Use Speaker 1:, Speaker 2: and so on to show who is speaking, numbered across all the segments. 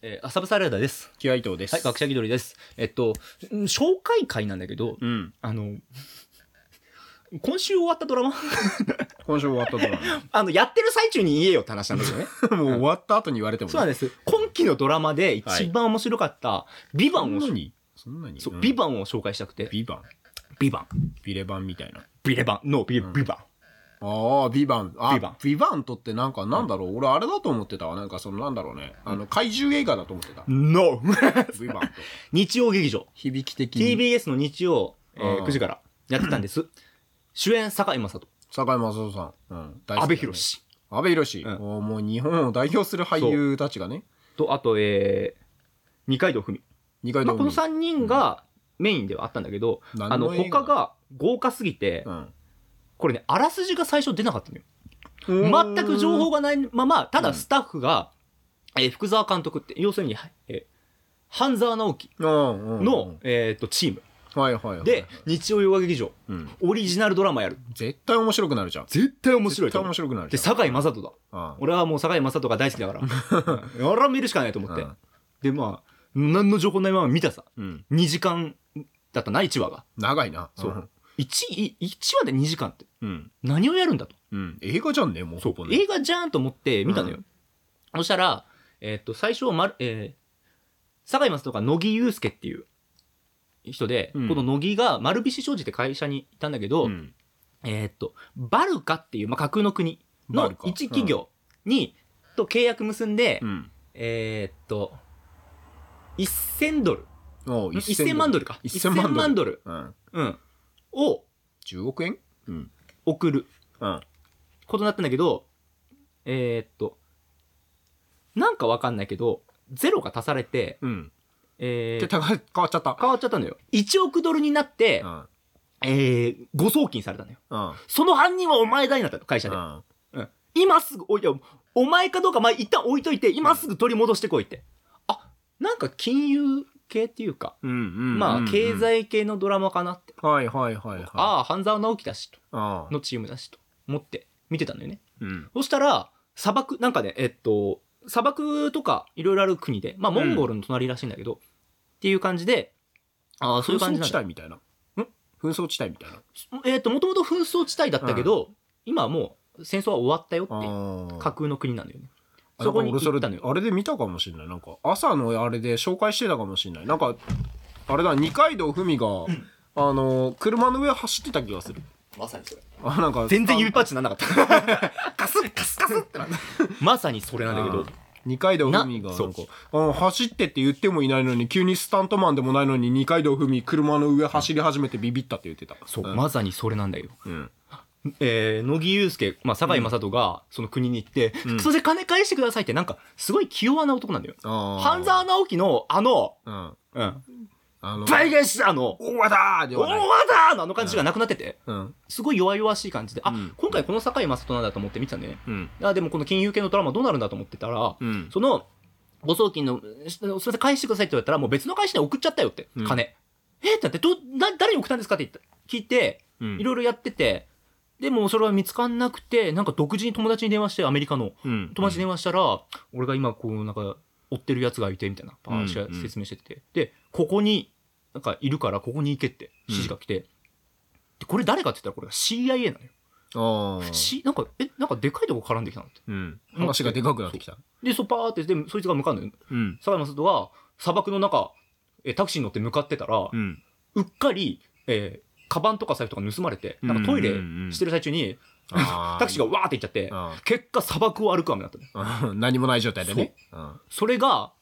Speaker 1: えー、浅草サラダです。
Speaker 2: キワイトです。
Speaker 1: はい、学者気取りです。えっと、ん紹介会なんだけど、
Speaker 2: うん。
Speaker 1: あの、今週終わったドラマ
Speaker 2: 今週終わったドラ
Speaker 1: あの、やってる最中に言えよって話なんですよね。
Speaker 2: マ。 もう終わった後に言われても ね
Speaker 1: そうなんです。今期のドラマで一番面白かった、ビバ
Speaker 2: そん
Speaker 1: ンを
Speaker 2: な、にそんなに
Speaker 1: そう、
Speaker 2: ん
Speaker 1: ビバンを紹介したくて、
Speaker 2: ビバン
Speaker 1: ビバン、
Speaker 2: ビレバンみたいな。
Speaker 1: ビレバン、のビ、
Speaker 2: ん
Speaker 1: ビバン。
Speaker 2: ああ、ビバン。あ
Speaker 1: ビバン
Speaker 2: ビバンとってなんかなんだろう。俺あれだと思ってたわ。なんかそのなんだろうね。あの、怪獣映画だと思ってた。
Speaker 1: No!
Speaker 2: ビバンと。
Speaker 1: 日曜劇場。
Speaker 2: 響き的に。
Speaker 1: TBS の日曜、え
Speaker 2: う
Speaker 1: ー、
Speaker 2: ん
Speaker 1: 9時からやってたん です。主演、坂井雅人、
Speaker 2: 坂井正人さん。うん。大好きだね
Speaker 1: 阿部寛。
Speaker 2: 阿部寛。
Speaker 1: うん
Speaker 2: おーもう日本を代表する俳優たちがね。
Speaker 1: と、あと、えー、二階堂ふみ。
Speaker 2: 二階
Speaker 1: まあ、
Speaker 2: 堂
Speaker 1: この
Speaker 2: ふみ
Speaker 1: 3人がメインではあったんだけど、
Speaker 2: 何の
Speaker 1: あの
Speaker 2: 映画
Speaker 1: 他が豪華すぎて、
Speaker 2: うん。
Speaker 1: これねあらすじが最初出なかったのよ
Speaker 2: 全
Speaker 1: 全く情報が
Speaker 2: が。
Speaker 1: ないままた
Speaker 2: うん
Speaker 1: だスタッフが、えー福沢監督って要するに、えー半沢直樹
Speaker 2: うんうんうん。
Speaker 1: の、えー、とチーム
Speaker 2: はいはいはい。
Speaker 1: で、日曜洋画劇場
Speaker 2: うん。
Speaker 1: オリジナルドラマやる
Speaker 2: 絶対面白くなるじゃん。
Speaker 1: 絶対面白い
Speaker 2: 絶
Speaker 1: と
Speaker 2: 対
Speaker 1: 思
Speaker 2: 面
Speaker 1: う
Speaker 2: 白くなる
Speaker 1: で
Speaker 2: じゃん。
Speaker 1: 堺雅人だ
Speaker 2: うん
Speaker 1: 俺はもう堺雅人が大好きだからうん俺は見るしかないと思って、
Speaker 2: うん
Speaker 1: でまあ何の情報ないまま見たさ
Speaker 2: うん。
Speaker 1: 2時間だったな1話が
Speaker 2: 長いな。
Speaker 1: そう。1, 一話で2時間って
Speaker 2: うん。
Speaker 1: 何をやるんだと、
Speaker 2: うん。映画じゃんね、もうほぼね。
Speaker 1: 映画じゃんと思って見たのよ、そしたら、えっと最初は、まるえー堺雅人が乃木祐介っていう人で、
Speaker 2: うん
Speaker 1: この乃木が丸菱商事って会社にいたんだけど、
Speaker 2: うん。
Speaker 1: えっとバルカっていう、まあ、架空の国
Speaker 2: バ
Speaker 1: の
Speaker 2: ルカ
Speaker 1: 一企業に、と契約結んで、
Speaker 2: うん。
Speaker 1: えっと1000ドル
Speaker 2: おう
Speaker 1: 1000万ドルか
Speaker 2: 1000万ドル。
Speaker 1: ドル、
Speaker 2: うん。
Speaker 1: うん、を
Speaker 2: 10億円うん。
Speaker 1: 送る
Speaker 2: うん。
Speaker 1: ことになったんだけど、えーっと、なんかわかんないけど、ゼロが足されて、
Speaker 2: うん。
Speaker 1: え
Speaker 2: で、
Speaker 1: ー
Speaker 2: たが変わっちゃった。
Speaker 1: 変わっちゃったのよ。1億ドルになって
Speaker 2: う、ん。
Speaker 1: えー、誤送金されたのよ。
Speaker 2: うん。
Speaker 1: その犯人はお前だになったの、会社で。
Speaker 2: うん
Speaker 1: うん今すぐ、おいや、お前かどうか、まあ、一旦置いといて、今すぐ取り戻してこいって。あ、なんか金融系っていうか、
Speaker 2: うん。うん
Speaker 1: まあ、経。済系のドラマかなって。
Speaker 2: うんはいはいはいはい。
Speaker 1: ああ、半沢直樹だしと、
Speaker 2: あ
Speaker 1: のチームだしと、思って見てたんだよね。
Speaker 2: うん。
Speaker 1: そしたら、砂漠、なんかね、えっと、砂漠とかいろいろある国で、まあ、
Speaker 2: うん
Speaker 1: モンゴルの隣らしいんだけど、っていう感じで、ああ、そうい
Speaker 2: 紛
Speaker 1: う感じな
Speaker 2: 争
Speaker 1: ん
Speaker 2: 地
Speaker 1: だ。
Speaker 2: 帯みたいな。紛争地帯みたいな。
Speaker 1: えっと、もともと紛争地帯だったけど、今はもう戦争は終わったよって、
Speaker 2: あ
Speaker 1: 架空の国なんだよね。
Speaker 2: あ
Speaker 1: そこに行ったの
Speaker 2: なんか俺
Speaker 1: よ。
Speaker 2: それあれで見たかもしれないなんか朝のあれで紹介してたかもしれないなんかあれだ二階堂ふみが、あの車の上走ってた気がする
Speaker 1: まさにそれ。
Speaker 2: あなんか
Speaker 1: 全然指
Speaker 2: あ
Speaker 1: パッチなんなかった。 カスッカスカスってなった。 まさにそれなんだけど
Speaker 2: あー、二階堂ふみが
Speaker 1: な
Speaker 2: な
Speaker 1: そうん
Speaker 2: かあ走ってって言ってもいないのに急にスタントマンでもないのに二階堂ふみ車の上走り始めてビビったって言ってた
Speaker 1: そう、
Speaker 2: ん
Speaker 1: まさにそれなんだけど。
Speaker 2: うん
Speaker 1: えー、乃木祐介、まあ、堺雅人が、その国に行って、
Speaker 2: うん
Speaker 1: それで金返してくださいって、なんか、すごい気弱な男なんだよ。
Speaker 2: あー
Speaker 1: 半沢直樹の、あの、
Speaker 2: うん
Speaker 1: うん、
Speaker 2: あの
Speaker 1: 倍返しあの、
Speaker 2: 大和だーで
Speaker 1: 大
Speaker 2: はない
Speaker 1: 和だのあの感じがなくなってて、
Speaker 2: うん
Speaker 1: すごい弱々しい感じで、あ
Speaker 2: うん、
Speaker 1: 今回この堺雅人なんだと思って見てたんでね。
Speaker 2: うん
Speaker 1: あ、でもこの金融系のドラマどうなるんだと思ってたら、
Speaker 2: うん
Speaker 1: その、誤送金の、すすいません、返してくださいって言われたら、もう別の会社に送っちゃったよって、
Speaker 2: うん
Speaker 1: 金。えーってなって、ど、な、誰に送ったんですかって言った聞いて、
Speaker 2: うん
Speaker 1: いろいろやってて、でもそれは見つかんなくて、なんか独自に友達に電話して、アメリカの。
Speaker 2: うん
Speaker 1: 友達に電話したら、俺が今こうなんか追ってるやつがいてみたいなパーシャ
Speaker 2: うんうん
Speaker 1: 説明してて、でここになんかいるからここに行けって指示が来て、でこれ誰かって言ったらこれが CIA なのよ、
Speaker 2: ああ
Speaker 1: C なんかえなんかでかいとこ絡んできたのって
Speaker 2: うん話がでかくなってきた
Speaker 1: でそうパーってでそいつが向かうのよ
Speaker 2: うん
Speaker 1: 坂山人が砂漠の中えタクシーに乗って向かってたら、
Speaker 2: うん
Speaker 1: うっかり、えーカバンとか財布とか盗まれてなんかトイレしてる最中に
Speaker 2: あー
Speaker 1: タクシーがわーって行っちゃって
Speaker 2: あ
Speaker 1: 結果砂漠を歩く雨だったの
Speaker 2: ーうん何もない状態でね。うん
Speaker 1: それが、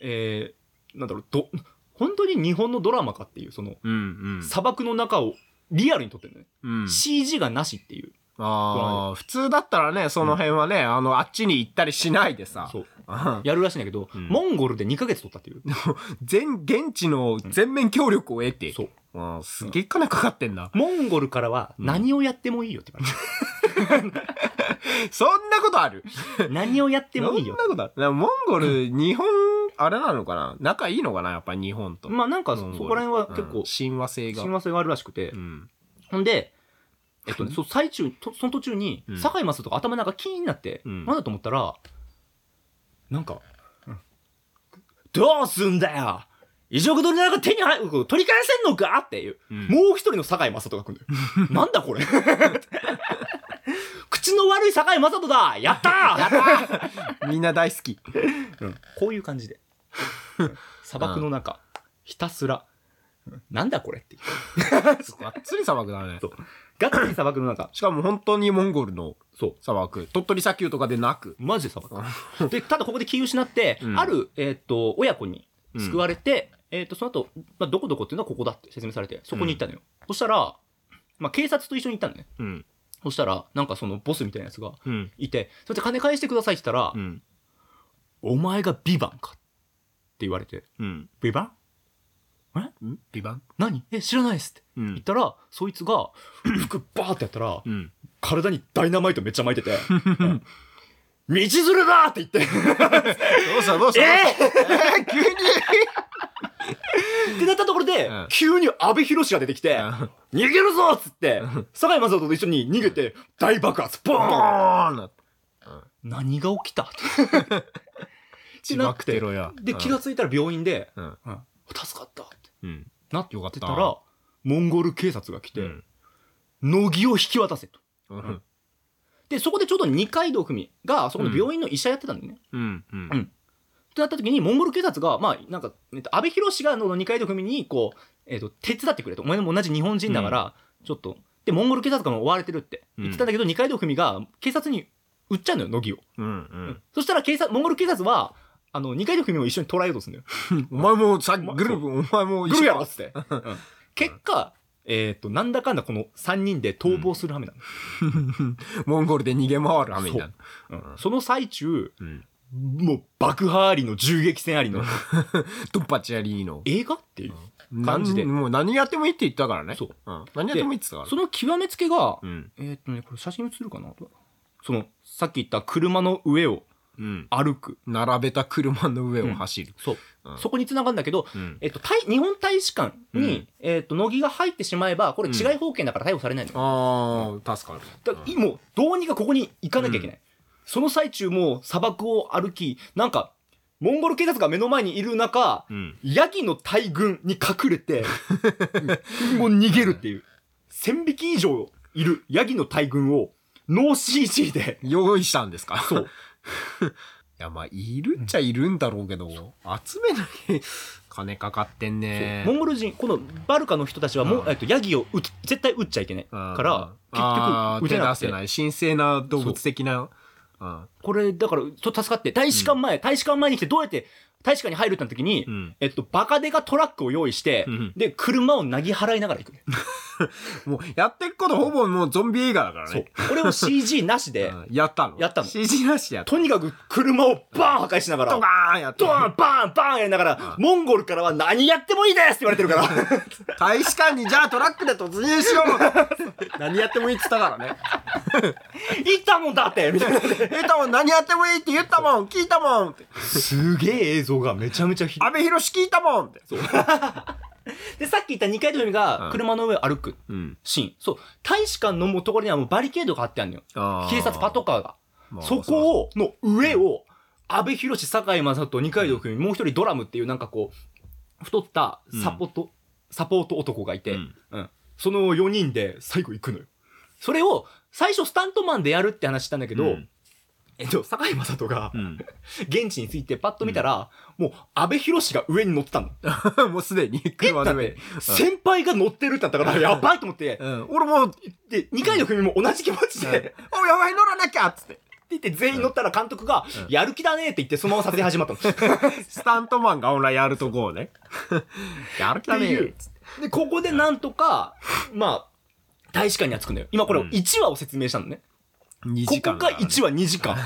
Speaker 1: えー、なんだろう、ど、本当に日本のドラマかっていう、その、
Speaker 2: うん
Speaker 1: 砂漠の中をリアルに撮ってるのね。
Speaker 2: うん。
Speaker 1: CG がなしっていう。
Speaker 2: ああ、普通だったらね、その辺はね、あの、あっちに行ったりしないでさ、
Speaker 1: そう。
Speaker 2: うん
Speaker 1: やるらしいんだけど、
Speaker 2: うん
Speaker 1: モンゴルで2ヶ月撮ったっていう。
Speaker 2: 全、現地の全面協力を得て、
Speaker 1: そう。
Speaker 2: うんすげえ金かかってんな。
Speaker 1: モンゴルからは何をやってもいいよって言わ
Speaker 2: そんなことある
Speaker 1: れて。何をやってもいいよ
Speaker 2: そ。んなことある。でもモンゴル、日本、あれなのかな仲いいのかなやっぱ日本と。
Speaker 1: まあなんかそ
Speaker 2: モンゴル
Speaker 1: そこら辺は結
Speaker 2: う
Speaker 1: 構
Speaker 2: ん、親和性が。
Speaker 1: 親和性があるらしくて
Speaker 2: う。ん。
Speaker 1: ほんで、えっとね、そう最中、とその途中に
Speaker 2: う、ん
Speaker 1: 堺雅人が頭の中キーンになって、
Speaker 2: うん
Speaker 1: なんだと思ったら、なんか、どうすんだよ異色取りなんか手に入る、取り返せんのかっていう。
Speaker 2: うん
Speaker 1: もう一人の堺雅人が来る んだよ。なんだこれ口の悪い堺雅人だやったー
Speaker 2: みんな大好き。
Speaker 1: うん こういう感じで。砂漠の中、ひたすら、なんだこれ っていう。
Speaker 2: がっつり砂漠だね
Speaker 1: そう。ガッツリ砂漠の中。
Speaker 2: しかも本当にモンゴルの
Speaker 1: そう。
Speaker 2: 砂漠。鳥取砂丘とかでなく。
Speaker 1: マジで砂 漠。で、ただここで気を失って、
Speaker 2: うん
Speaker 1: ある、えーっと、親子に救
Speaker 2: わ
Speaker 1: われて、えーっと、その後、まあ、どこどこっていうのはここだって説明されて、そこに行ったのよ。そしたら、まあ、警察と一緒に行ったのね。
Speaker 2: うん。
Speaker 1: そしたら、なんかそのボスみたいなやつが
Speaker 2: うん。
Speaker 1: いて、それで金返してくださいって言ったら、
Speaker 2: ん。
Speaker 1: お前がビバンかって言われて、
Speaker 2: うん。
Speaker 1: ビバン
Speaker 2: ビバン
Speaker 1: 何え、知らないですって。
Speaker 2: う
Speaker 1: 言っ
Speaker 2: ん。
Speaker 1: たら、そいつが、服バーってやったら、
Speaker 2: うん。
Speaker 1: 体にダイナマイトめっちゃ巻いて て、うん道連れだって言って、
Speaker 2: どうしたどうした
Speaker 1: えー
Speaker 2: えー 急に
Speaker 1: ってなったところで、
Speaker 2: うん
Speaker 1: 急に阿部寛が出てきて、逃げるぞっつって、堺雅人と一緒に逃げて、大爆発、ボ
Speaker 2: ボ
Speaker 1: ーン
Speaker 2: ーンな
Speaker 1: 何が起きた
Speaker 2: 自
Speaker 1: なって
Speaker 2: 爆テロや。
Speaker 1: で、気がついたら病院で、
Speaker 2: うん。
Speaker 1: 助かったって
Speaker 2: うん。
Speaker 1: なって
Speaker 2: よかった
Speaker 1: たら、モンゴル警察が来て、
Speaker 2: うん
Speaker 1: 乃木を引き渡せと。
Speaker 2: うん。
Speaker 1: で、そこでちょうど二階堂組が、そこの病院の医者やってたんだよね。
Speaker 2: うん。うん
Speaker 1: うんってなった時に、モンゴル警察が、まあ、なんか、えっと、安倍博士が、の二階堂組に、こう、えっと、手伝ってくれと。お前も同じ日本人だから、ちょっと。で、モンゴル警察官も追われてるって言ってたんだけど、二階堂組が警察に売っちゃうのよ、乃木を。
Speaker 2: うん。
Speaker 1: そしたら警察、モンゴル警察は、あの、二階堂組を一緒に捕らえようとするのよ。
Speaker 2: うん。お前もさ、
Speaker 1: お前
Speaker 2: グループ、お前も
Speaker 1: グルやろ
Speaker 2: 緒
Speaker 1: っつって。うん結果、えっと、なんだかんだこの三人で逃亡する羽目なの。
Speaker 2: だモンゴルで逃げ回る雨になる。
Speaker 1: うんその最中、
Speaker 2: うん。
Speaker 1: もう爆破ありの銃撃戦ありの、
Speaker 2: ドッパチアリーの。
Speaker 1: 映画っていう。感
Speaker 2: 感
Speaker 1: じ
Speaker 2: じ
Speaker 1: で
Speaker 2: で。もう何やってもいいって言ったからね。
Speaker 1: そう。
Speaker 2: ん。何やってもいいって言ってた
Speaker 1: そ
Speaker 2: か
Speaker 1: の極めつけが
Speaker 2: ら。、うん。
Speaker 1: えーっとね、これ写真映るかなその、さっき言った車の上を
Speaker 2: うん。
Speaker 1: 歩く。
Speaker 2: 並べた車の上を走る。
Speaker 1: そう。
Speaker 2: うん
Speaker 1: そこに繋がるんだけど、
Speaker 2: うん。
Speaker 1: えっと、タイ日本大使館に、
Speaker 2: うん
Speaker 1: えっと、乃木が入ってしまえば、これ
Speaker 2: うん
Speaker 1: 違い法権だから逮捕されないのよ。
Speaker 2: ああ、助かる。
Speaker 1: だからもう、どうにかここに行かなきゃいけない。その最中もう砂漠を歩き、なんか、モンゴル警察が目の前にいる中、
Speaker 2: うん。
Speaker 1: ヤギの大群に隠れ て、もう逃げるっていう。1000匹以上いるヤギの大群を、ノー CG で、
Speaker 2: 用意したんですか
Speaker 1: そう
Speaker 2: いや、まあ、いるっちゃいるんだろうけど、集めなきゃ、金かかってんね。
Speaker 1: モンゴル人このバルカの人たちはもう
Speaker 2: うん
Speaker 1: えっとヤギを撃つ絶対撃っちゃいけない
Speaker 2: うん
Speaker 1: から
Speaker 2: あー
Speaker 1: 結局撃てなく
Speaker 2: 手出せな
Speaker 1: て
Speaker 2: い。神聖な動物的な。うん。
Speaker 1: これだからちょっと助かって大使館前大使館前に来てどうやって大使館に入るってなった時に
Speaker 2: うん。
Speaker 1: えっとバカデカトラックを用意して
Speaker 2: うん
Speaker 1: で車をなぎ払いながら行くね
Speaker 2: もう、やってくことほぼもうゾンビ映画だから
Speaker 1: そう
Speaker 2: ね。
Speaker 1: これを CG なしで
Speaker 2: うんやったの
Speaker 1: やったの
Speaker 2: ?CG なしでやった。
Speaker 1: とにかく車をバーン破壊しなが
Speaker 2: ド
Speaker 1: ら
Speaker 2: バーンやっ
Speaker 1: ドー
Speaker 2: た。
Speaker 1: ンバーンバーンやりながらモンゴルからは何やってもいいですって言われてる から
Speaker 2: 大使館にじゃあトラックで突入しよう 何やってもいいって言ったからね。
Speaker 1: 行ったもんだってみたいな
Speaker 2: 言ったもん、何やってもいいって言ったもん、聞いたもんって。
Speaker 1: すげえ映像がめちゃめちゃひ
Speaker 2: 安倍博聞いたもんって。
Speaker 1: でさっき言った2階の海が車の上を歩く
Speaker 2: うん。
Speaker 1: シーン。そう。大使館のもうところにはもうバリケードがあってあるのよ。警察パトカーが。そ
Speaker 2: を、
Speaker 1: こを、の上を、安倍博士、堺雅人、二階堂君、もう一人ドラムっていうなんかこう、太ったサポート、サポート男がいて、
Speaker 2: うん
Speaker 1: うんその4人で最後行くのよ。それを、最初スタントマンでやるって話したんだけど、
Speaker 2: うん
Speaker 1: えっと、堺雅人が
Speaker 2: うん。
Speaker 1: 現地に着いてパッと見たら、もう安倍博士が上に乗ってたの。
Speaker 2: もうすでに
Speaker 1: え
Speaker 2: 車
Speaker 1: だ
Speaker 2: の
Speaker 1: っ
Speaker 2: 上
Speaker 1: て。先輩が乗ってるってなったから、やばいと思って、
Speaker 2: うん。俺 もう、
Speaker 1: で、2回の組も同じ気持ちで、
Speaker 2: うん
Speaker 1: って
Speaker 2: お、やばい、乗らなきゃっつって。
Speaker 1: 言って全員乗ったら監督が、
Speaker 2: うん
Speaker 1: やる気だねって言って、そのまま撮影始まったの。
Speaker 2: スタントマンが本来やるとこをね。やる気だ
Speaker 1: って
Speaker 2: ね
Speaker 1: いうで、ここでなんとか、まあ、大使館には着くのよ。今これ
Speaker 2: うん
Speaker 1: 1話を説明したのね。
Speaker 2: 2
Speaker 1: こ
Speaker 2: 時
Speaker 1: こ
Speaker 2: 間
Speaker 1: が
Speaker 2: だからね。
Speaker 1: 1話2時 間。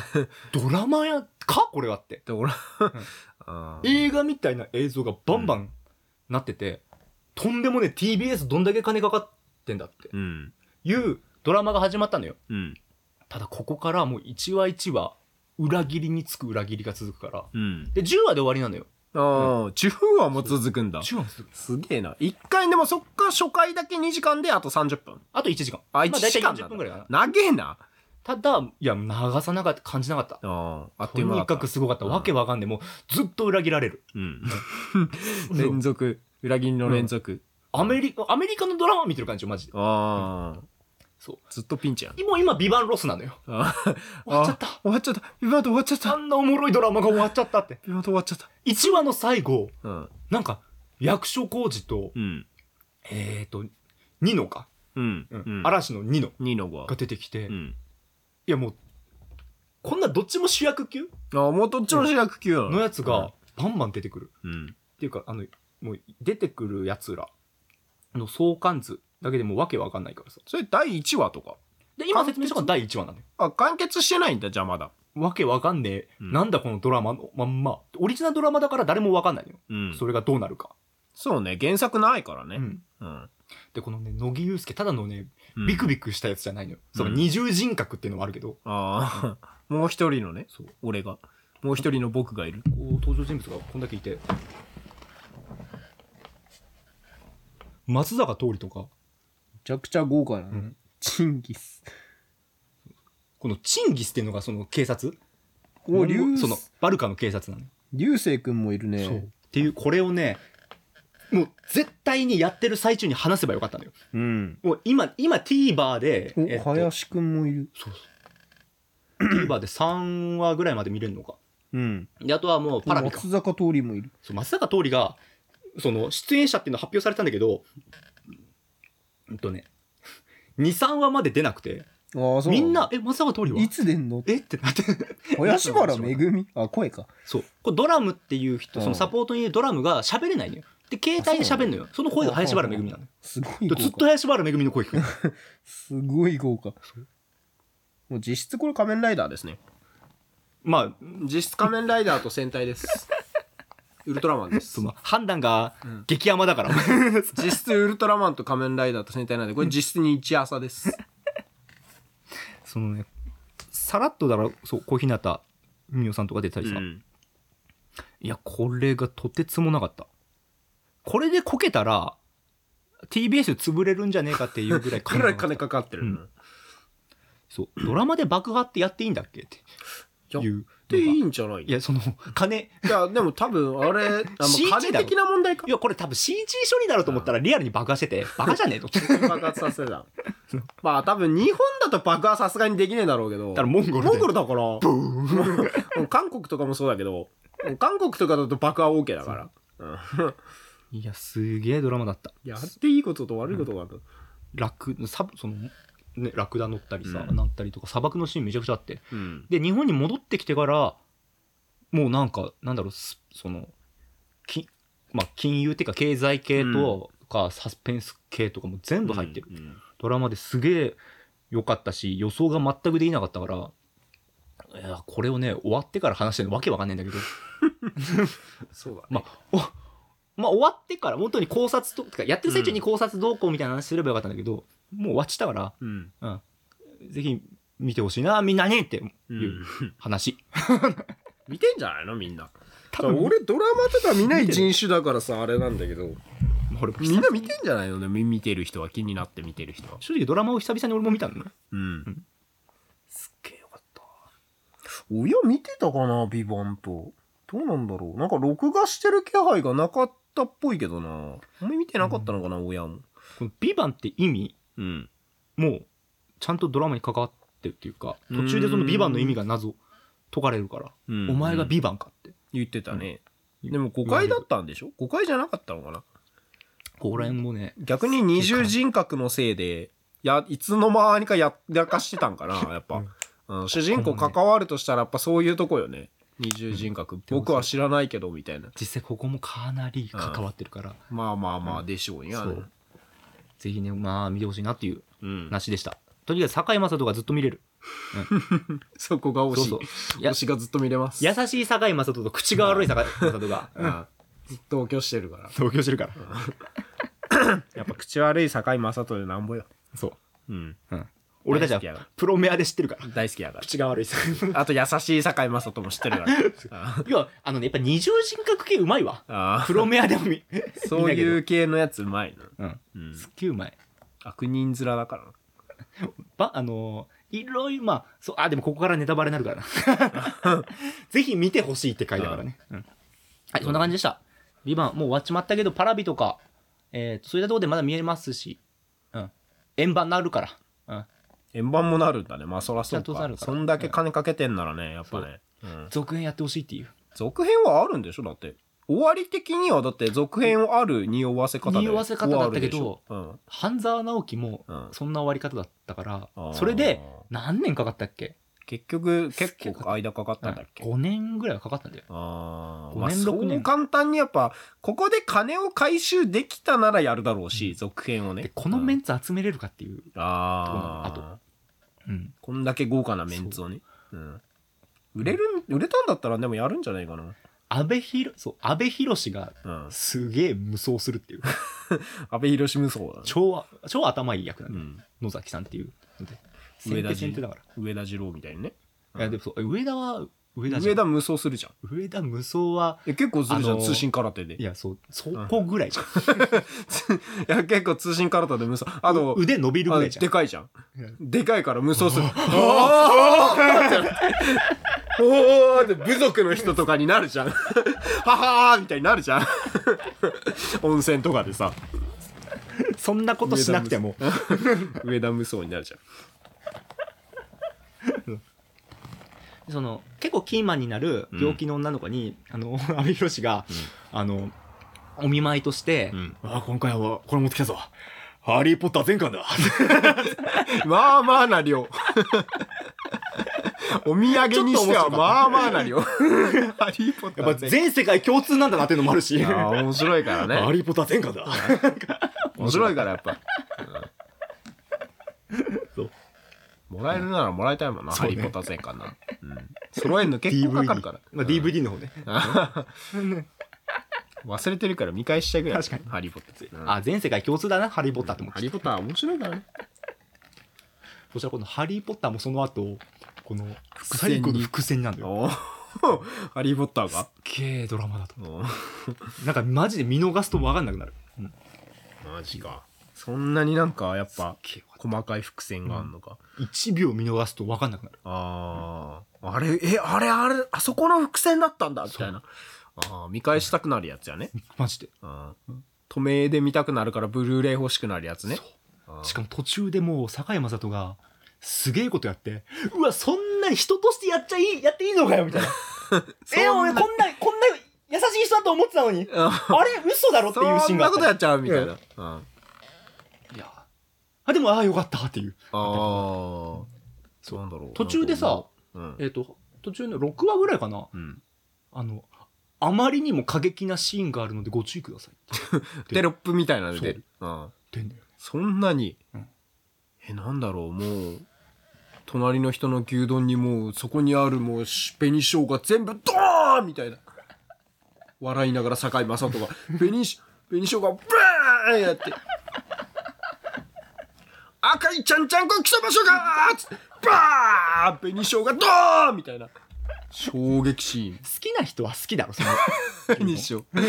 Speaker 1: ドラマや、かこれはって。
Speaker 2: で、俺、 うん
Speaker 1: 映画みたいな映像がバンバンなってて、とんでもね、TBS どんだけ金かかってんだって
Speaker 2: うん。
Speaker 1: いうドラマが始まったのよ。
Speaker 2: うん。
Speaker 1: ただここからもう1話1話、裏切りにつく裏切りが続くから。
Speaker 2: うん。
Speaker 1: で、10話で終わりなのよ。
Speaker 2: ああ、10分はもう続くんだ。
Speaker 1: 10話続く。
Speaker 2: すげえな。1回でもそっか初回だけ2時間であと30分。
Speaker 1: あと1時間。
Speaker 2: あ、1時
Speaker 1: ま
Speaker 2: 間
Speaker 1: あ、大体40分ぐらいかな。
Speaker 2: な。長えな。
Speaker 1: ただ、いや、流さなかった、感じなかった。
Speaker 2: あああっ
Speaker 1: と
Speaker 2: という間だ
Speaker 1: に
Speaker 2: った
Speaker 1: かくすごかった。
Speaker 2: うん
Speaker 1: わけわかんねえ。もうずっと裏切られる。
Speaker 2: うん連続裏切りの連続、
Speaker 1: アメリカ、アメリカのドラマ見てる感じよ、マジで。
Speaker 2: ああ
Speaker 1: そう
Speaker 2: ずっとピンチやん
Speaker 1: 今、今、ビバンロスなのよ。
Speaker 2: あー
Speaker 1: 終わっちゃった。
Speaker 2: 終わっちゃったビバント終わっちゃっ
Speaker 1: あ
Speaker 2: た
Speaker 1: んなおもろいドラマが終わっちゃったって。
Speaker 2: ビバント終わっちゃった
Speaker 1: 1話の最後、
Speaker 2: うん
Speaker 1: なんか、役所広司と、
Speaker 2: うん
Speaker 1: えっ、ー、と、ニノか。
Speaker 2: うん
Speaker 1: う
Speaker 2: うんん
Speaker 1: 嵐のニノ
Speaker 2: ニノが
Speaker 1: が出てきて、
Speaker 2: う
Speaker 1: い
Speaker 2: ん
Speaker 1: やもう、こんなどっちも主役級
Speaker 2: あーもうどっちも主役級な
Speaker 1: のやつが、バンバン出てくる。
Speaker 2: うん
Speaker 1: っていうか、あの、もう、出てくるやつらの相関図だけでもうわけわかんないからさ。
Speaker 2: それ第1話とか
Speaker 1: で、今説明したのが第1話なんだよ。
Speaker 2: あ完結してないんだじゃあまだ
Speaker 1: わけわかんねえ、
Speaker 2: うん
Speaker 1: なんだこのドラマのまんま。オリジナルドラマだから誰もわかんないのよ。
Speaker 2: うん
Speaker 1: それがどうなるか。
Speaker 2: そうね原作ないから
Speaker 1: う
Speaker 2: ね
Speaker 1: ん
Speaker 2: うん
Speaker 1: で、このね、乃木祐介、ただのね、
Speaker 2: うん
Speaker 1: ビクビクしたやつじゃないのよ。その
Speaker 2: うん
Speaker 1: 二重人格っていうのもあるけど、
Speaker 2: ああ もう一人のね
Speaker 1: そう。こ
Speaker 2: 俺がもう一人の僕がいる
Speaker 1: う登場人物がこんだけいて、松坂桃李とか、
Speaker 2: めちゃくちゃ豪華な、
Speaker 1: うん
Speaker 2: チンギス
Speaker 1: このチンギスっていうのがその警察
Speaker 2: お流
Speaker 1: そのバルカの警察なのよ
Speaker 2: 流星くんもいるね
Speaker 1: そうっていうこれをねもう絶対にやってる最中に話せばよかったのよ
Speaker 2: うん
Speaker 1: もう今今 TVer で、
Speaker 2: お、
Speaker 1: えっと
Speaker 2: 林くんもいる
Speaker 1: そうそう TVer で3話ぐらいまで見れるのか
Speaker 2: うん
Speaker 1: であとはもうパラビか
Speaker 2: 松坂桃李もいる
Speaker 1: そう松坂桃李がその出演者っていうの発表されたんだけどうんとね23話まで出なくて
Speaker 2: ああそう
Speaker 1: みんな「え松坂桃李
Speaker 2: い
Speaker 1: は?
Speaker 2: つ出んの」
Speaker 1: えってなって
Speaker 2: 林原めぐみあ声か
Speaker 1: そう。これドラムっていう人、
Speaker 2: うん
Speaker 1: そのサポートにいるドラムが喋れないのよ。で、携帯で喋んのよ。その声が林原めぐみなのよ。
Speaker 2: すご
Speaker 1: で
Speaker 2: い豪華
Speaker 1: ずっと林原めぐみの声聞くの。
Speaker 2: すごい豪華
Speaker 1: そう
Speaker 2: もう実質これ仮面ライダーですね
Speaker 1: まあ、
Speaker 2: 実質仮面ライダーと戦隊です ウルトラマンです
Speaker 1: その判断が
Speaker 2: うん
Speaker 1: 激甘だから。
Speaker 2: 実質ウルトラマンと仮面ライダーと戦隊なんでこれ実質に一朝です
Speaker 1: そのね、さらっとだから、そう、小日向美代さんとか出てたりさ。いや、これがとてつもなかった。これでこけたら、TBS 潰れるんじゃねえかっていう ぐらい
Speaker 2: くら
Speaker 1: 金
Speaker 2: い
Speaker 1: が
Speaker 2: 金かかってる
Speaker 1: う
Speaker 2: なん
Speaker 1: そう。ドラマで爆破ってやっていいんだっけって
Speaker 2: や
Speaker 1: いう。
Speaker 2: でいいんじゃない
Speaker 1: いや、その、金、
Speaker 2: いやでも多分あ れあの
Speaker 1: CG
Speaker 2: 金的な問題か
Speaker 1: いや、これ多分 CG 処理だろうと思ったらリアルに爆破してて、バカじゃねえと。 だ
Speaker 2: 爆発させた まあ多分日本だと爆破はさすがにできねえだろうけど
Speaker 1: からモンゴルで。
Speaker 2: モンゴルだから もう韓国とかもそうだけどもう韓国とかだと爆破 OK だから、うん、
Speaker 1: いや、すげえドラマだった。
Speaker 2: やっていいことと悪いことがある、
Speaker 1: 楽、サブ、その、ね、ラクダ乗ったりさ、
Speaker 2: うん
Speaker 1: なったりとか、砂漠のシーンめちゃくちゃあって。
Speaker 2: うん
Speaker 1: で、日本に戻ってきてから、もうなんか、なんだろう、すその、きまあ、金融っていうか経済系とか、サスペンス系とかも全部入ってる。
Speaker 2: うん
Speaker 1: ドラマですげえ良かったし、予想が全くできなかったから、いや、これをね、終わってから話してるのわけわかんないんだけど、
Speaker 2: そうだね、
Speaker 1: まあ、おまあ、終わってから、本当に考察と、てかやってる最中に考察動向みたいな話すればよかったんだけど、もう終わっちゃったか
Speaker 2: うん
Speaker 1: ら、うん。ぜひ見てほしいな、みんなにっていう話。
Speaker 2: 見てんじゃないのみんな
Speaker 1: 多分
Speaker 2: 俺ドラマとか見ない人種だからさあれなんだけど
Speaker 1: まあ俺、
Speaker 2: みんな見てんじゃないのねみ見てる人は気になって見てる人は
Speaker 1: 正直ドラマを久々に俺も見たのね。
Speaker 2: うん
Speaker 1: すっげえよかった。
Speaker 2: 親見てたかなビバンとどうなんだろうなんか録画してる気配がなかったっぽいけどなあんまり見てなかったのかな、親も
Speaker 1: このビバンって意味
Speaker 2: うん
Speaker 1: も、ちゃんとドラマに関わってるっていうか、途中でそのビバンの意味が謎解かれるから、
Speaker 2: うん
Speaker 1: お前がビバンかって。
Speaker 2: 言ってたね、
Speaker 1: うん
Speaker 2: でも誤解だったんでしょ誤解じゃなかったのかな
Speaker 1: ここら辺もね、
Speaker 2: 逆に二重人格のせいでやいつの間にかややらかしてたんかなやっぱ、うん、主人公関わるとしたらやっぱそういうとこよね二重人格僕は知らないけどみたいな
Speaker 1: 実際ここもかなり関わってるから、
Speaker 2: まあまあまあでしょうや、
Speaker 1: そ
Speaker 2: ね
Speaker 1: うぜひね、まあ見てほしいなっていう
Speaker 2: うん、
Speaker 1: 話でした。とにかく堺雅人がずっと見れる。
Speaker 2: そこが推
Speaker 1: そう
Speaker 2: し
Speaker 1: そう。や
Speaker 2: 推しがずっと見れます
Speaker 1: 優しい堺雅人と口が悪い堺雅人 が
Speaker 2: うんずっと同居してるから
Speaker 1: 同居してるから。
Speaker 2: やっぱ口悪い堺雅人でなんぼよ、
Speaker 1: そう。
Speaker 2: うん、
Speaker 1: うん、俺たち
Speaker 2: 大好きや
Speaker 1: は
Speaker 2: わ
Speaker 1: プロメアで知ってるから。
Speaker 2: 大好きやから
Speaker 1: 口が悪いさ。
Speaker 2: あと優しい堺雅人も知って るから
Speaker 1: いや、あのね、やっぱ二重人格系うまいわ。
Speaker 2: ああ
Speaker 1: プロメアでも見。
Speaker 2: そういうう系のやつうまいな、
Speaker 1: うん。
Speaker 2: うん
Speaker 1: すっげえうまい。
Speaker 2: 悪人面だからな
Speaker 1: ば、あのーいろいろ、まあ、そう、あ、でもここからネタバレになるからな。ぜひ見てほしいって書いたからね。うん。はい、そんな感じでした。ビバン、もう終わっちまったけど、パラビとか、えー、そういったところでまだ見えますし、うん。円盤になるから。うん。
Speaker 2: 円盤もなるんだね。まあそらそう
Speaker 1: ちゃんとな
Speaker 2: か
Speaker 1: る。から
Speaker 2: そんだけ金かけてんならね、やっぱね。うん
Speaker 1: 続編やってほしいっていう。
Speaker 2: 続編はあるんでしょだって。終わり的にはだって続編をある匂わせ方で
Speaker 1: 匂わせ方だったけど
Speaker 2: 終わるでしょうん。
Speaker 1: 半沢直樹も
Speaker 2: うん、
Speaker 1: そんな終わり方だったから、
Speaker 2: あー
Speaker 1: それで、何年かかったっけ
Speaker 2: 結局結構間かかったんだっけ
Speaker 1: ?5 年ぐらいはかかったんだよ。
Speaker 2: あー
Speaker 1: 五
Speaker 2: まあ
Speaker 1: 年
Speaker 2: そ
Speaker 1: 六年
Speaker 2: う簡単にやっぱここで金を回収できたならやるだろうし、
Speaker 1: うん
Speaker 2: 続編をね
Speaker 1: で、このメンツ集めれるかっていう。
Speaker 2: ああ
Speaker 1: とかあうん。
Speaker 2: こんだけ豪華なメンツをね、うん、売れるん売れたんだったらでもやるんじゃないかな、
Speaker 1: 安倍博、そう、安倍博士が
Speaker 2: うん、
Speaker 1: すげえ無双するっていう。
Speaker 2: 安倍広志無双だ、ね
Speaker 1: 超、超頭いい役なん
Speaker 2: う
Speaker 1: で、
Speaker 2: ん、
Speaker 1: 野崎さんっていうので。
Speaker 2: 上
Speaker 1: 先
Speaker 2: 田
Speaker 1: 手
Speaker 2: じ
Speaker 1: 先手だから。
Speaker 2: 上田二郎みたいにね、うん
Speaker 1: いや、でもそう、上田は、上田じゃ
Speaker 2: 上
Speaker 1: ん。
Speaker 2: 田無双するじゃん
Speaker 1: 上田無双は、
Speaker 2: え結構するじゃん、
Speaker 1: あのー
Speaker 2: 通信空手で
Speaker 1: い
Speaker 2: いや
Speaker 1: や、そう、そこぐらいじゃん。
Speaker 2: 結構通信空手で無双あと
Speaker 1: 腕伸びるぐら
Speaker 2: あの
Speaker 1: いじゃん
Speaker 2: で。かいじゃん
Speaker 1: うん
Speaker 2: でかいから無双する おーって部族の人とかになるじゃん ははーみたいになる じゃん温泉とかでさ
Speaker 1: そんなことしなくても。
Speaker 2: 上田無双 になるじゃん
Speaker 1: その結構キーマンになる病気の女の子に、あの 阿部寛が、あのお見舞いとして「
Speaker 2: うん
Speaker 1: あ今回はこれ持ってきたぞハリー・ポッター全 巻だ」
Speaker 2: まあまあな量 お土産にしてはまあまあな量 ハリー・ポッタ
Speaker 1: やっぱ
Speaker 2: ー
Speaker 1: 全世界共通なんだなっていうのもあるし「
Speaker 2: あ
Speaker 1: ハ
Speaker 2: ー面白いからね
Speaker 1: リー・ポッター全巻だ」
Speaker 2: 面白いからやっぱ、
Speaker 1: そ
Speaker 2: うんもらえるならもらいたいもんな、
Speaker 1: そ
Speaker 2: ハ
Speaker 1: うね
Speaker 2: リー・ポッター全巻な、うん、揃えるの結構かかるから、
Speaker 1: まあ、DVD の方ね、
Speaker 2: 忘れてるから見返したいぐらい
Speaker 1: 確かに
Speaker 2: ハリー・ポッター全巻
Speaker 1: あ全世界共通だなハリー・ポッターって思って、
Speaker 2: ハリー・ポッター面白いからね
Speaker 1: そしたらこの「ハリー・ポッター」もその後この
Speaker 2: 線に
Speaker 1: 最後の伏線になるのよ
Speaker 2: おー ハリー・ポッターが
Speaker 1: すっげえドラマだと思
Speaker 2: おー
Speaker 1: うなんかマジで見逃すと分かんなくなる、うん、
Speaker 2: マジかそんなになんかやっぱ
Speaker 1: すっげえわ
Speaker 2: 細かい伏線があんのか、
Speaker 1: 1秒見逃すと分かんなくなる
Speaker 2: あああれえあれあれあそこの伏線だったんだみたいなああ見返したくなるやつやね
Speaker 1: マジで
Speaker 2: ああ透明で見たくなるからブルーレイ欲しくなるやつね
Speaker 1: そう
Speaker 2: ああ
Speaker 1: しかも途中でもう堺雅人がすげえことやってうわそんなに人としてやっちゃいいやっていいのかよみたいな
Speaker 2: そん
Speaker 1: え
Speaker 2: な
Speaker 1: 俺こんなこんな優しい人だと思ってたのに
Speaker 2: あ
Speaker 1: あれ嘘だろ っていう
Speaker 2: そ
Speaker 1: シー
Speaker 2: ん
Speaker 1: ンがあ
Speaker 2: な
Speaker 1: っ
Speaker 2: こと
Speaker 1: た
Speaker 2: や
Speaker 1: り
Speaker 2: っちゃうみたいな、あ
Speaker 1: いやあでもああよかったっていう
Speaker 2: あそうなんだろう
Speaker 1: 途中でさ
Speaker 2: うん
Speaker 1: えっ、と途中の6話ぐらいかな
Speaker 2: うん、
Speaker 1: あのあまりにも過激なシーンがあるのでご注意くださいって
Speaker 2: テロップみたいなの出るああ
Speaker 1: 言ってんだよね
Speaker 2: そんなに、
Speaker 1: うん
Speaker 2: えなんだろうもう隣の人の牛丼にもうそこにあるもうし紅生姜全部ドーンみたいな笑いながら堺雅人 が紅し紅生姜ブーンやって赤いちゃんちゃんこ来た場所がーつってバーン紅生姜ドーンみたいな衝撃シーン
Speaker 1: 好きな人は好きだろそ の
Speaker 2: にしよう。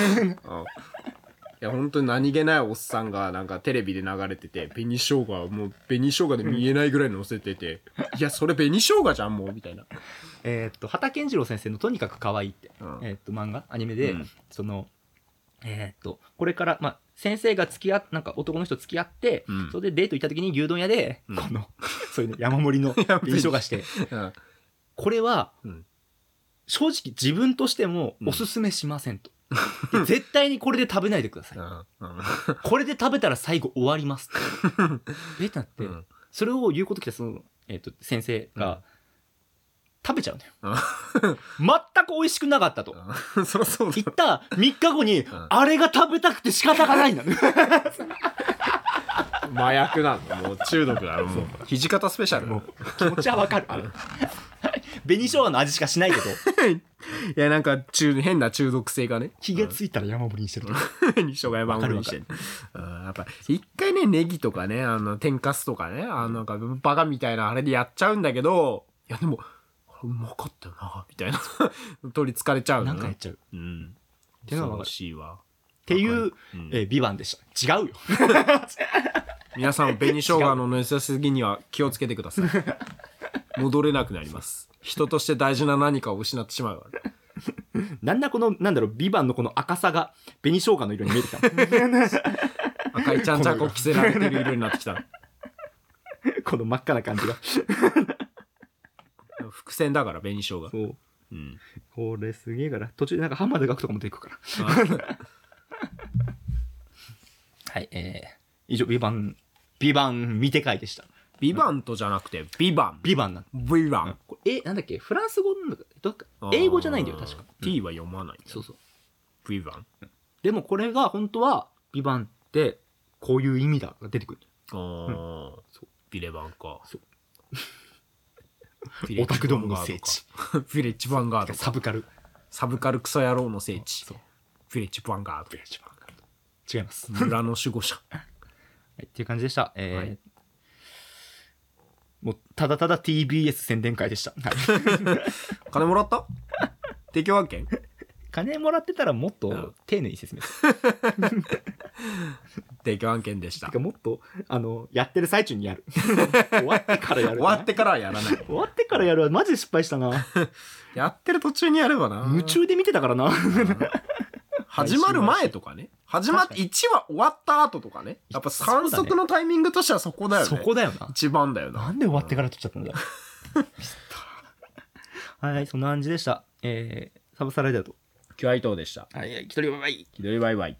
Speaker 2: いや本当に何気ないおっさんがなんかテレビで流れてて紅生姜もう紅生姜で見えないぐらい乗せてていやそれ紅生姜じゃんもうみたいな
Speaker 1: えっと畑健次郎先生の「とにかく可愛いって、
Speaker 2: うん
Speaker 1: えっと漫画アニメで、
Speaker 2: うん
Speaker 1: そのえっとこれから、まあ、先生が付き合っなんか男の人付き合って、
Speaker 2: うん
Speaker 1: それでデート行った時に牛丼屋で、
Speaker 2: うん
Speaker 1: この そういう、ね、 山盛りの
Speaker 2: や
Speaker 1: 紅生姜して
Speaker 2: うん
Speaker 1: これは、
Speaker 2: うん
Speaker 1: 正直自分としてもおすすめしませんと、で絶対にこれで食べないでください
Speaker 2: うんうん
Speaker 1: これで食べたら最後終わり ますってえってなって、
Speaker 2: うん
Speaker 1: それを言うこときたその、えっと先生が、
Speaker 2: うん
Speaker 1: 食べちゃうのよ全く美味しくなかったと
Speaker 2: うん そりゃそうだ
Speaker 1: 行った3日後に、
Speaker 2: ん
Speaker 1: あれが食べたくて仕方が ないんだ
Speaker 2: 麻薬なのもう中毒 だもう土方スペシャル
Speaker 1: もう気持ちはわかるあれ紅生姜の味しかしないけど
Speaker 2: いやなんか中変な中毒性がね
Speaker 1: 気がついたら山盛りにしてるとか
Speaker 2: 紅生姜山盛りにしてるうんやっぱ一回ねネギとかねあの天かすとかねあのなんかバカみたいなあれでやっちゃうんだけどいやでもあれうまかったよなみたいな 取りつかれちゃう
Speaker 1: な
Speaker 2: の
Speaker 1: ん
Speaker 2: ね
Speaker 1: かやっちゃうっ
Speaker 2: うん
Speaker 1: ていうのはわかる
Speaker 2: 恐ろしいわ
Speaker 1: ていう、
Speaker 2: うん
Speaker 1: えー、美版でした違うよ
Speaker 2: 皆さん紅生姜の乗せすぎには気をつけてください戻れなくなります。人として大事な何かを失ってしまうから。
Speaker 1: なんだこの、なんだろう、ビバンのこの赤さが、紅生姜の色に見えてきた の。
Speaker 2: 赤いちゃんちゃんこ着せられてる色になってきた。
Speaker 1: この真っ赤な感 じが。
Speaker 2: 伏線だから、紅生姜。
Speaker 1: そう。
Speaker 2: うん。
Speaker 1: これすげえから、途中でなんか浜田学とかも出てくるから。はい、えー、以上、ビバン、ビバン見て会でした。
Speaker 2: ビバントじゃなくて、ビバン。
Speaker 1: ビバンなん
Speaker 2: ビバン。
Speaker 1: これえ、なんだっけフランス語なんだかどっか英語じゃないんだよ、確か。
Speaker 2: あー T は読まないんだ。
Speaker 1: そうそう。
Speaker 2: ビバン。
Speaker 1: でもこれが本当は、ビバンって、こういう意味だが出てくる。
Speaker 2: ああ
Speaker 1: そう。
Speaker 2: ビレバンか。
Speaker 1: そう
Speaker 2: ビレ
Speaker 1: オ
Speaker 2: ッジ
Speaker 1: タクどもの聖地。
Speaker 2: ヴィレッジヴァンガ ード
Speaker 1: サ
Speaker 2: か。
Speaker 1: ブカル。
Speaker 2: サブカルクソ野郎の聖地。
Speaker 1: そう
Speaker 2: ヴィレッジヴァンガー
Speaker 1: 違います。
Speaker 2: ド。村の守護者。
Speaker 1: はい、っていう感じでした。えー
Speaker 2: はい
Speaker 1: もうただただ TBS 宣伝会でした。 はい、
Speaker 2: 金もらった提供案件
Speaker 1: 金もらってたらもっと丁寧に説明する。
Speaker 2: 提供案件でした
Speaker 1: てか。もっとあのやってる最中にや る。終わってからやる。
Speaker 2: 終わってからはやらない。
Speaker 1: 終わってからやるはマジで失敗したな。
Speaker 2: やってる途中にやればな。
Speaker 1: 夢中で見てたからな。
Speaker 2: 始まる前とかね。始まって、1話終わった後とかね。やっぱ
Speaker 1: そう
Speaker 2: 反
Speaker 1: だね
Speaker 2: 則のタイミングとしてはそこだよね。
Speaker 1: そこだよな。
Speaker 2: 一番だよ
Speaker 1: な
Speaker 2: な。
Speaker 1: んで終わってから撮っちゃったんだ。はい、そんな感じでした。えー、サブサライダーと。
Speaker 2: キュアイトーでした。
Speaker 1: はい、一人バイバイ。
Speaker 2: 気取りバイバイ。